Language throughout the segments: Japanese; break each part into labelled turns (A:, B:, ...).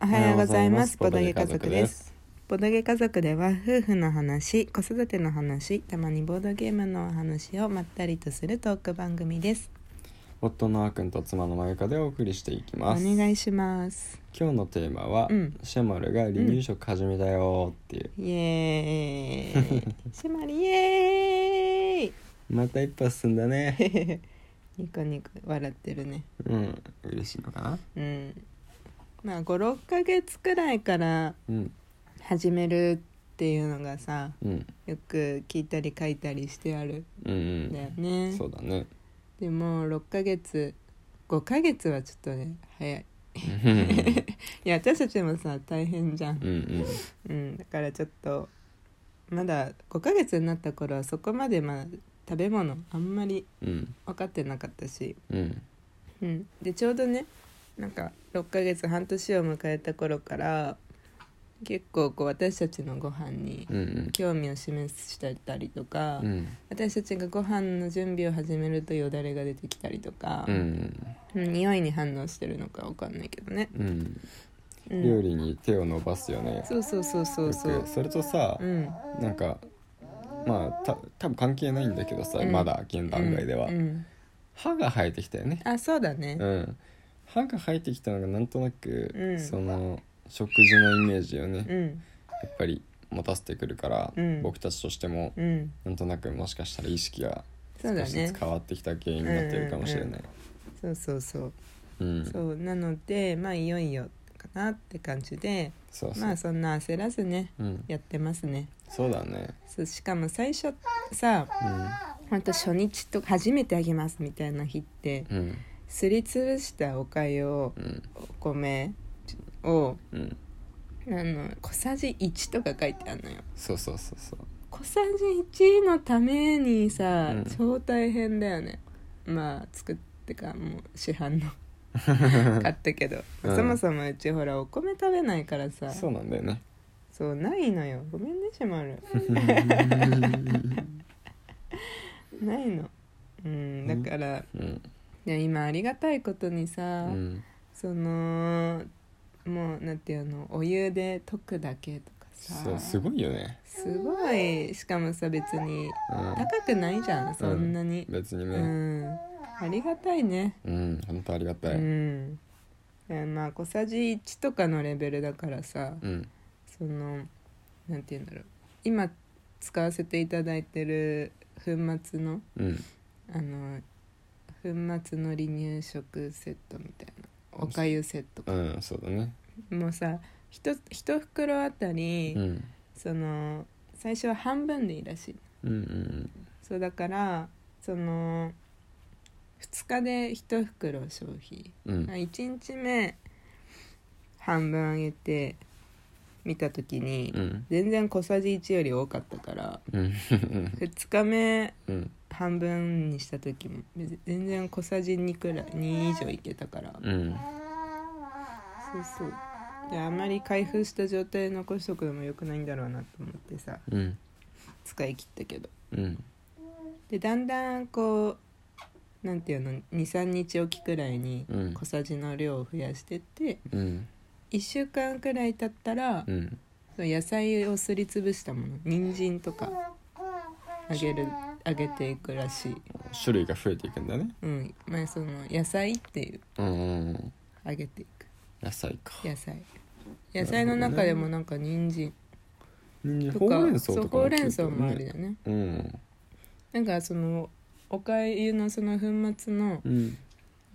A: おはようございます。ボドゲ家族です。。ボドゲ家族では夫婦の話、子育ての話、たまにボードゲームのお話をまったりとするトーク番組です。
B: 夫のあーくんと妻のまゆかでお送りしていき
A: お
B: ます。
A: 願いします。
B: 今日のテーマは、
A: うん
B: シェマルが離乳食始めたよーっていう、
A: イエ ーイ。シマリイエーイ。
B: また一歩進んだね。
A: へへへ ニコニコ笑ってるね。
B: うん、嬉しいのかな。
A: うん。まあ五六ヶ月くらいから
B: うん、
A: 始めるっていうのがさ、
B: うん、
A: よく聞いたり書いたりしてある
B: うん、うん
A: んだよ
B: ん。
A: ね。
B: そう だね。
A: でも6ヶ月5ヶ月はちょっとね早い
B: うん、
A: いや私たちもさ大変じゃん
B: う、ん、
A: うん、だからちょっとまだ5ヶ月になった頃はそこまでまあ食べ物あんまり
B: うん、
A: 分かってなかったし、
B: うん、
A: うん、でちょうどねなんか6ヶ月半年を迎えた頃から結構こう私たちのご飯に
B: うん、うん、
A: 興味を示してたりとか、
B: うん、
A: 私たちがご飯の準備を始めるとよだれが出てきたりとか。
B: うん、
A: うん匂いに反応してるのかわかんないけどね、
B: うん、
A: うん、
B: 料理に手を伸ばすよね。
A: そうそうそうそうそ
B: よ
A: う
B: くそれとさ、
A: うん
B: なんか。まあ、た多分関係ないんだけどさ、
A: うん
B: まだ現段階では、
A: うんうん
B: 歯が生えてきたよね
A: あそうだね
B: うん、歯が生えてきたのがなんとなく、
A: うん
B: その食事のイメージをね、
A: う
B: や
A: ん
B: っぱり持たせてくるから、
A: うん
B: 僕たちとしても
A: うん、
B: なんとなくもしかしたら意識が
A: そうだ
B: 少しず
A: ね
B: つ変わってきた原因になってるかもしれない。
A: そうそうそう、
B: うん
A: そうなのでまあいよいよかなって感じで
B: そうそ
A: まあ
B: う
A: そんな焦らずね
B: うん
A: やってますね
B: そうだね。
A: そうしかも最初さほんと初日と初めてあげますみたいな日って
B: うんうん
A: すりつぶしたおかゆを
B: うん
A: お米を
B: うん
A: あの小さじ1とか書いてあるのよ
B: そうそうそうそう
A: 小さじ1のためにさ、
B: うん
A: 超大変だよねまあ作ってかもう市 販の買ったけど、
B: うん
A: そもそもうちほらお米食べないからさ
B: そうなんだよね。
A: そうないのよごめんねしま るないのうんだから、
B: うん
A: で今ありがたいことにさ、
B: うん
A: そのもうなんていうのお湯で溶くだけとか
B: そ
A: さ
B: うすごいよね。
A: すごいしかもさ別に
B: うん
A: 高くないじゃんそんなに、
B: 別に
A: う
B: ね。
A: ん、ありがたいね、
B: うん本当ありがた
A: う
B: い。
A: んでまあ小さじ1とかのレベルだからさ
B: うん
A: そのなんて言うんだろう今使わせていただいてる粉末の
B: うん
A: あの粉末の離乳食セットみたいなおかゆセット
B: うんそうだね。
A: もうさひと一袋あたり、
B: うん
A: その最初は半分でいいらしい
B: うんうん
A: そうだからその2日で1袋消費、
B: うんうん
A: 1日目半分あげて見た時に、
B: うん
A: 全然小さじ1より多かったから
B: うん
A: 2日目
B: うん
A: 半分にした時も別全然小さじ2くらい2以上いけたから、
B: うん
A: そうそうであんまり開封した状態で残しとくのも良くないんだろうなと思ってさ
B: うん
A: 使い切ったけど
B: うん
A: でだんだんこうなんていうの23日おきくらいに
B: うん
A: 小さじの量を増やしてって
B: うん
A: 1週間くらい経ったら、
B: うん
A: その野菜をすりつぶしたもの人参とかあげるあげていくらしい、
B: 種類が増えていくんだね
A: うんまあ、その野菜っていう
B: うんうんうん
A: あげていく
B: 野菜か
A: 野菜野菜の中でもなんか人参
B: 人参
A: と
B: ほう
A: か
B: れん草
A: そ
B: と
A: う
B: か
A: ほう
B: 切
A: れん
B: って
A: 草
B: る
A: もあ
B: ね
A: るよね
B: うん
A: なんかそのおかゆのその粉末の、
B: うん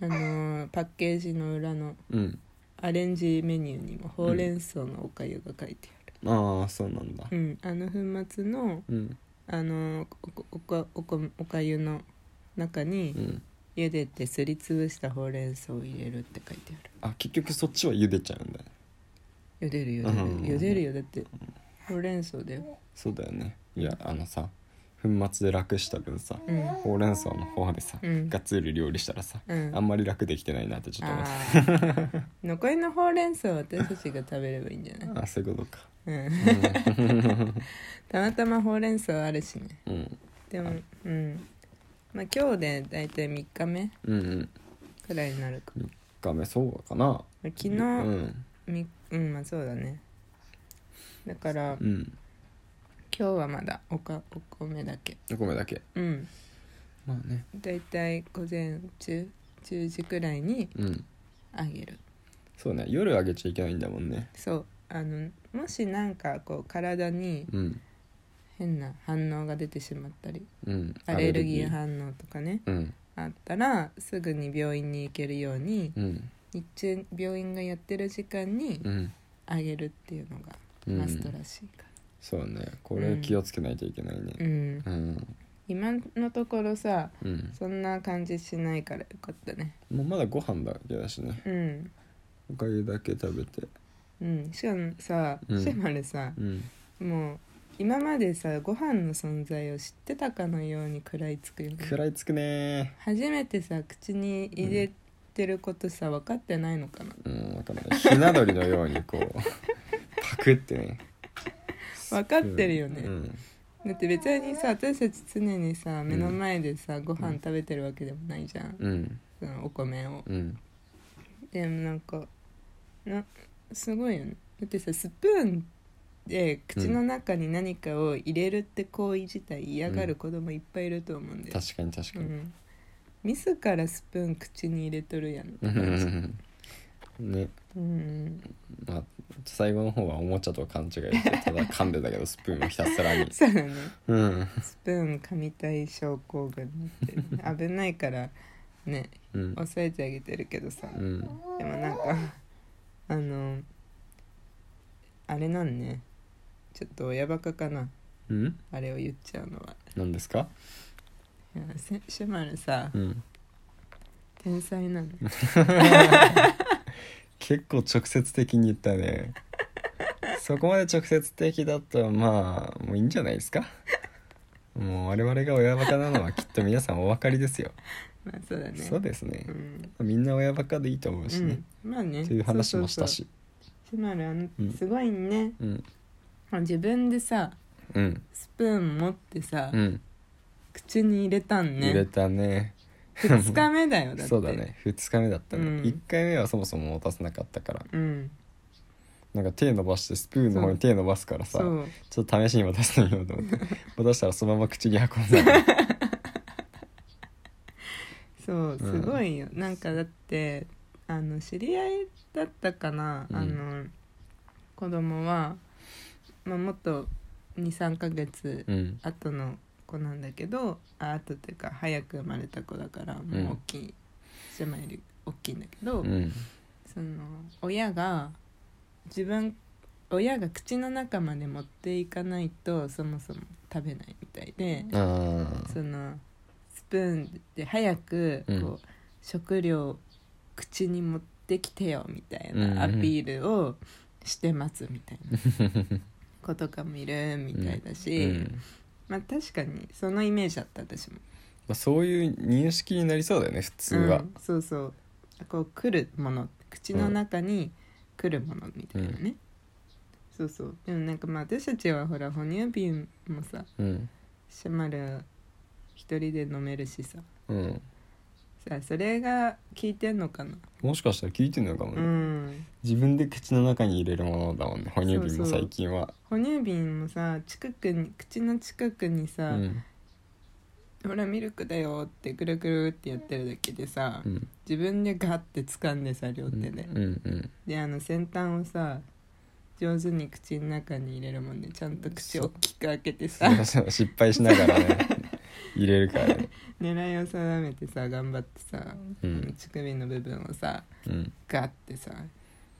A: あのーパッケージの裏の
B: うん
A: アレンジメニューにもほうれん草のおかゆが書いてあ
B: ああそうなんだ
A: る、うんあの粉末の
B: うん
A: あのおこおこおこおかゆの中に
B: うん
A: 茹でてすりつぶしたほうれん草を入れるって書いてあ
B: あ結局そっちは茹でちゃうんだね
A: る茹でる茹
B: うんうんうん
A: でる茹でるよだってほうれん草だよ
B: そうだよねいやあのさ粉末で楽した分さ
A: うん
B: ほうれん草の方でさ
A: うん
B: がっつり料理したらさ
A: うん
B: あんまり楽できてないなってちょっと思っ
A: あー残りのほうれん草は私たちが食べればいいんじゃない、
B: たあそういうことか
A: うん、たまたまほうれん草あるしね
B: うん
A: でもうんまあ今日で大体3日目
B: うんうん
A: くらいになるか
B: ガメそうかな
A: 昨日、
B: うん
A: みうんまあそうだねだから今
B: うん
A: 日はまだおかお米だけ
B: お米だけ
A: うん
B: まあね
A: だいたい午前中10時くらいに
B: うん
A: あげる
B: そうね夜あげちゃいけないんだもんね
A: そうあのもしなんかこう体に
B: うん
A: 変な反応が出てしまったり
B: うん
A: アレルギー反応とかね
B: うん
A: あったらすぐに病院に行けるように
B: うん
A: 日中病院がやってる時間に
B: うん
A: あげるっていうのが
B: うん
A: マストらしいか
B: そうねこれ気をつけないといけない
A: ら、う
B: ね
A: ん、
B: うん
A: 今のところさ
B: うん
A: そんな感じしないからよかったね
B: もうまだご飯だけだしね
A: うん
B: おかゆだけ食べて
A: うんしかもさ、
B: うん
A: シェマルさ
B: うん
A: もう今までさご飯の存在を知ってたかのように食らいつくよね
B: 食らいつくね
A: 初めてさ口に入れてることさ分かってないのかな
B: うんわかんないひな鳥のように こうパクってね
A: 分かってるよね
B: うん
A: だって別にさ私たち常にさ目の前でさ、ご飯食べてるわけでもないじゃん、
B: うん
A: そのお米を
B: うん
A: でもなんかなすごいよねだってさスプーンで口の中に何かを入れるって行為自体嫌がる子供いっぱいいると思うんで、
B: 確かに確か
A: う
B: に
A: ん、自らスプーン口に入れとるやんって
B: う
A: 感じ
B: んね
A: うん
B: まあ最後の方はおもちゃと勘違いしてただ噛んでたけどスプーンをひたすらに
A: そうだね
B: うん
A: スプーン噛みたい症候群になってる危ないからね
B: うん
A: 抑えてあげてるけどさ、
B: うん
A: でもなんかあのあれなんねちょっと親バカかな
B: うん
A: あれを言っちゃうのは
B: 何ですか
A: いやせシュマルさ
B: うん
A: 天才なの
B: 結構直接的に言ったねそこまで直接的だったらまあもういいんじゃないですかもう我々が親バカなのはきっと皆さんお分かりですよ、
A: まあそうだね
B: そうですね
A: う、ん、
B: みんな親バカでいいと思うしね、
A: うん、まあね
B: っていう話もした
A: そう
B: し
A: そうそうシュマルあの、
B: うん
A: すごいね
B: うん
A: 自分でさ
B: うん
A: スプーン持ってさ、
B: うん、
A: 口に入れたん
B: 入れ
A: ね
B: たね
A: 2日目 だよだって
B: そうだね2日目だったね、
A: うん
B: 1回目はそもそも持たせなかったから
A: うん
B: なんか手伸ばしてスプーンの方に手伸ばすからさ
A: そう
B: ちょっと試しに渡してみようと 思って渡したらそのまま口に運んだの
A: そう
B: う
A: す
B: ん
A: ごいよ、なんかだってあの知り合いだったかな、
B: うん
A: あの子供は、まあ、もっと23ヶ月
B: うん
A: 後の子なんだけどあ後っていうか早く生まれた子だからもう大きい狭いより大きいんだけど、
B: うん
A: その親が自分親が口の中まで持っていかないとそもそも食べないみたいで。
B: あー
A: そのスプーンで早くこう、
B: うん
A: 食料を口に持ってきてよみたい
B: うんうん
A: なアピールをしてますみたいな子とかもいるみたいだし、
B: うんま
A: まあ確かにそのイメージだった私も
B: あ、そういう認識になりそうだよね普通は
A: うん、そうそうこう来るもの口の中に来るものみたいなね、そうそうでもなんかまあ私たちはほら哺乳瓶もさ
B: うん
A: シャマル一人で飲めるしさ
B: うん
A: さそれが効いてんのかな
B: もしかしたら聞いてんのかも
A: う
B: ね、
A: ん
B: 自分で口の中に入れるものだもんね哺乳瓶も最近は
A: 哺乳瓶もさ近くに口の近くに
B: う
A: さ「
B: ん
A: ほらミルクだよ」ってぐるぐるってやってるだけでさ
B: うん
A: 自分でガッて掴んでさ両
B: う
A: 手で、
B: んうん
A: であの先端をさ上手に口の中に入れるもんねちゃんと口
B: そう
A: 大きく開けてさ
B: そうそう失敗しながらね入れるからね
A: 狙いを定めてさ頑張ってさ、
B: うん
A: 乳首の部分をさ
B: うん
A: ガッてさ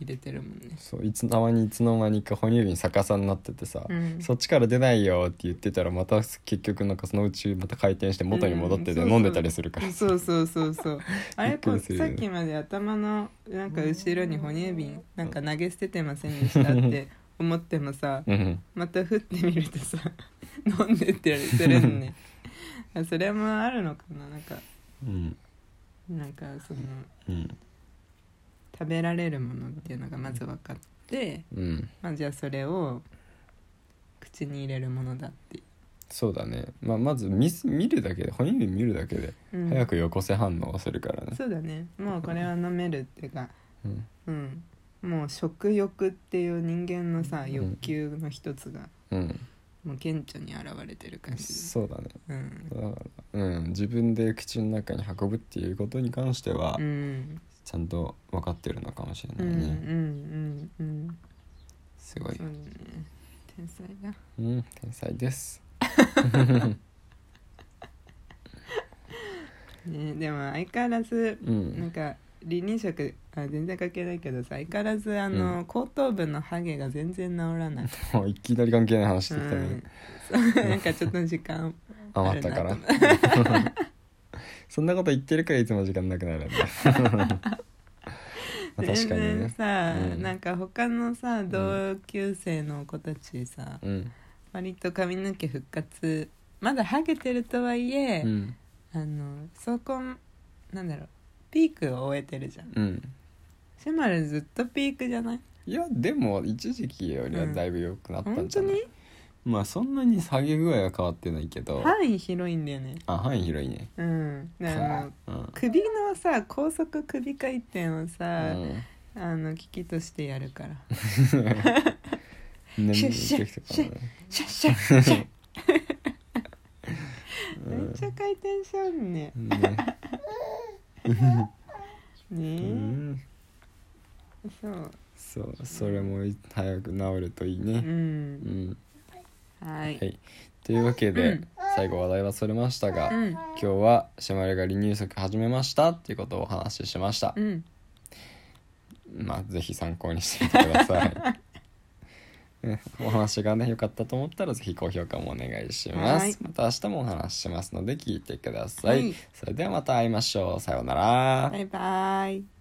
A: 入れてるもんね、
B: そういつたまにいつの間にか哺乳瓶逆さになっててさ、
A: うん、
B: そっちから出ないよって言ってたらまた結局なんかそのうちまた回転して元に戻ってて
A: うんそうそう
B: 飲んでたりするから
A: そうそうそう そうあれこ
B: び
A: う
B: っくりする
A: さっきまで頭のなんか後ろに哺乳瓶なんか投げ捨ててませんでしたって 思ってもさ
B: うん
A: また振ってみるとさ 飲んでってやつるんね あそれもあるのかななんか
B: うん
A: なんかその
B: うん
A: 食べられるものっていうのがまず分かって、
B: うん
A: まあ、じゃあそれを口に入れるものだってい
B: そうだね、まあ、まず見す見るだけで哺乳瓶見るだけで
A: う、うん
B: 早くよこせ反応をするからね、
A: そうだねもうこれは飲めるっていうか
B: うん
A: うんもう食欲っていう人間のさ欲求の一つが、
B: うん
A: もう顕著に現れてる感じ
B: そうだね
A: うん、
B: だから、うん、自分で口の中に運ぶっていうことに関しては、
A: うん、
B: ちゃんと分かってるのかもしれ
A: う
B: なんい
A: うんう
B: ね、
A: んうん
B: すごい
A: そうだね天才だ
B: うん天才です
A: ねでも相変わらず
B: う
A: なん
B: ん
A: か離乳食あ全然関係ないけどさ相変わらずあの、
B: う
A: 後頭部のハゲが全然治ら ない、
B: もういきなり関係ない話して
A: う
B: きたね
A: ん、そうなんかちょっと時間
B: 余ったから
A: あ
B: そんなこと言ってるからいつも時間なくな るんだまあ
A: 全
B: 確かに
A: 然
B: ね
A: さ、
B: うん
A: なんか他のさ同級生の子たちさ、
B: うん
A: 割と髪の毛復活まだハゲてるとはいえ、
B: うん
A: あのそこなんだろうピークを終えてるじゃん
B: うん
A: シェマルずっとピークじゃない
B: いやでも一時期よりはだいぶ良くなったん
A: 本
B: じ
A: 当
B: ゃない、
A: に
B: まあそんなに下げ具合は変わってないけど
A: 範囲広いんだよね
B: あ範囲広いね
A: うんだからあの
B: うん
A: 首のさ高速首回転をさ、
B: うん
A: あの機器としてやるから
B: 眠
A: シュッ
B: い
A: シュッ
B: 時とかもね
A: シャッシャッシャッ
B: う
A: めっ
B: ん
A: ちゃ回転しちゃうね
B: ねう
A: ね
B: ん
A: えそう
B: そうそれも早く治るといいうねうんん
A: は
B: はいいというわけ
A: う
B: で
A: ん
B: 最後話題はそれましたが
A: うん
B: 今日はシマルが離乳食始めましたっていうことをお話ししました
A: うん
B: まあぜひ参考にしてみてくださ いうんお話がね良かったと思ったらぜひ高評価もお願いします、
A: はい
B: また明日もお話ししますので聞いてください、
A: はい
B: それではまた会いましょうさようなら
A: バイバイ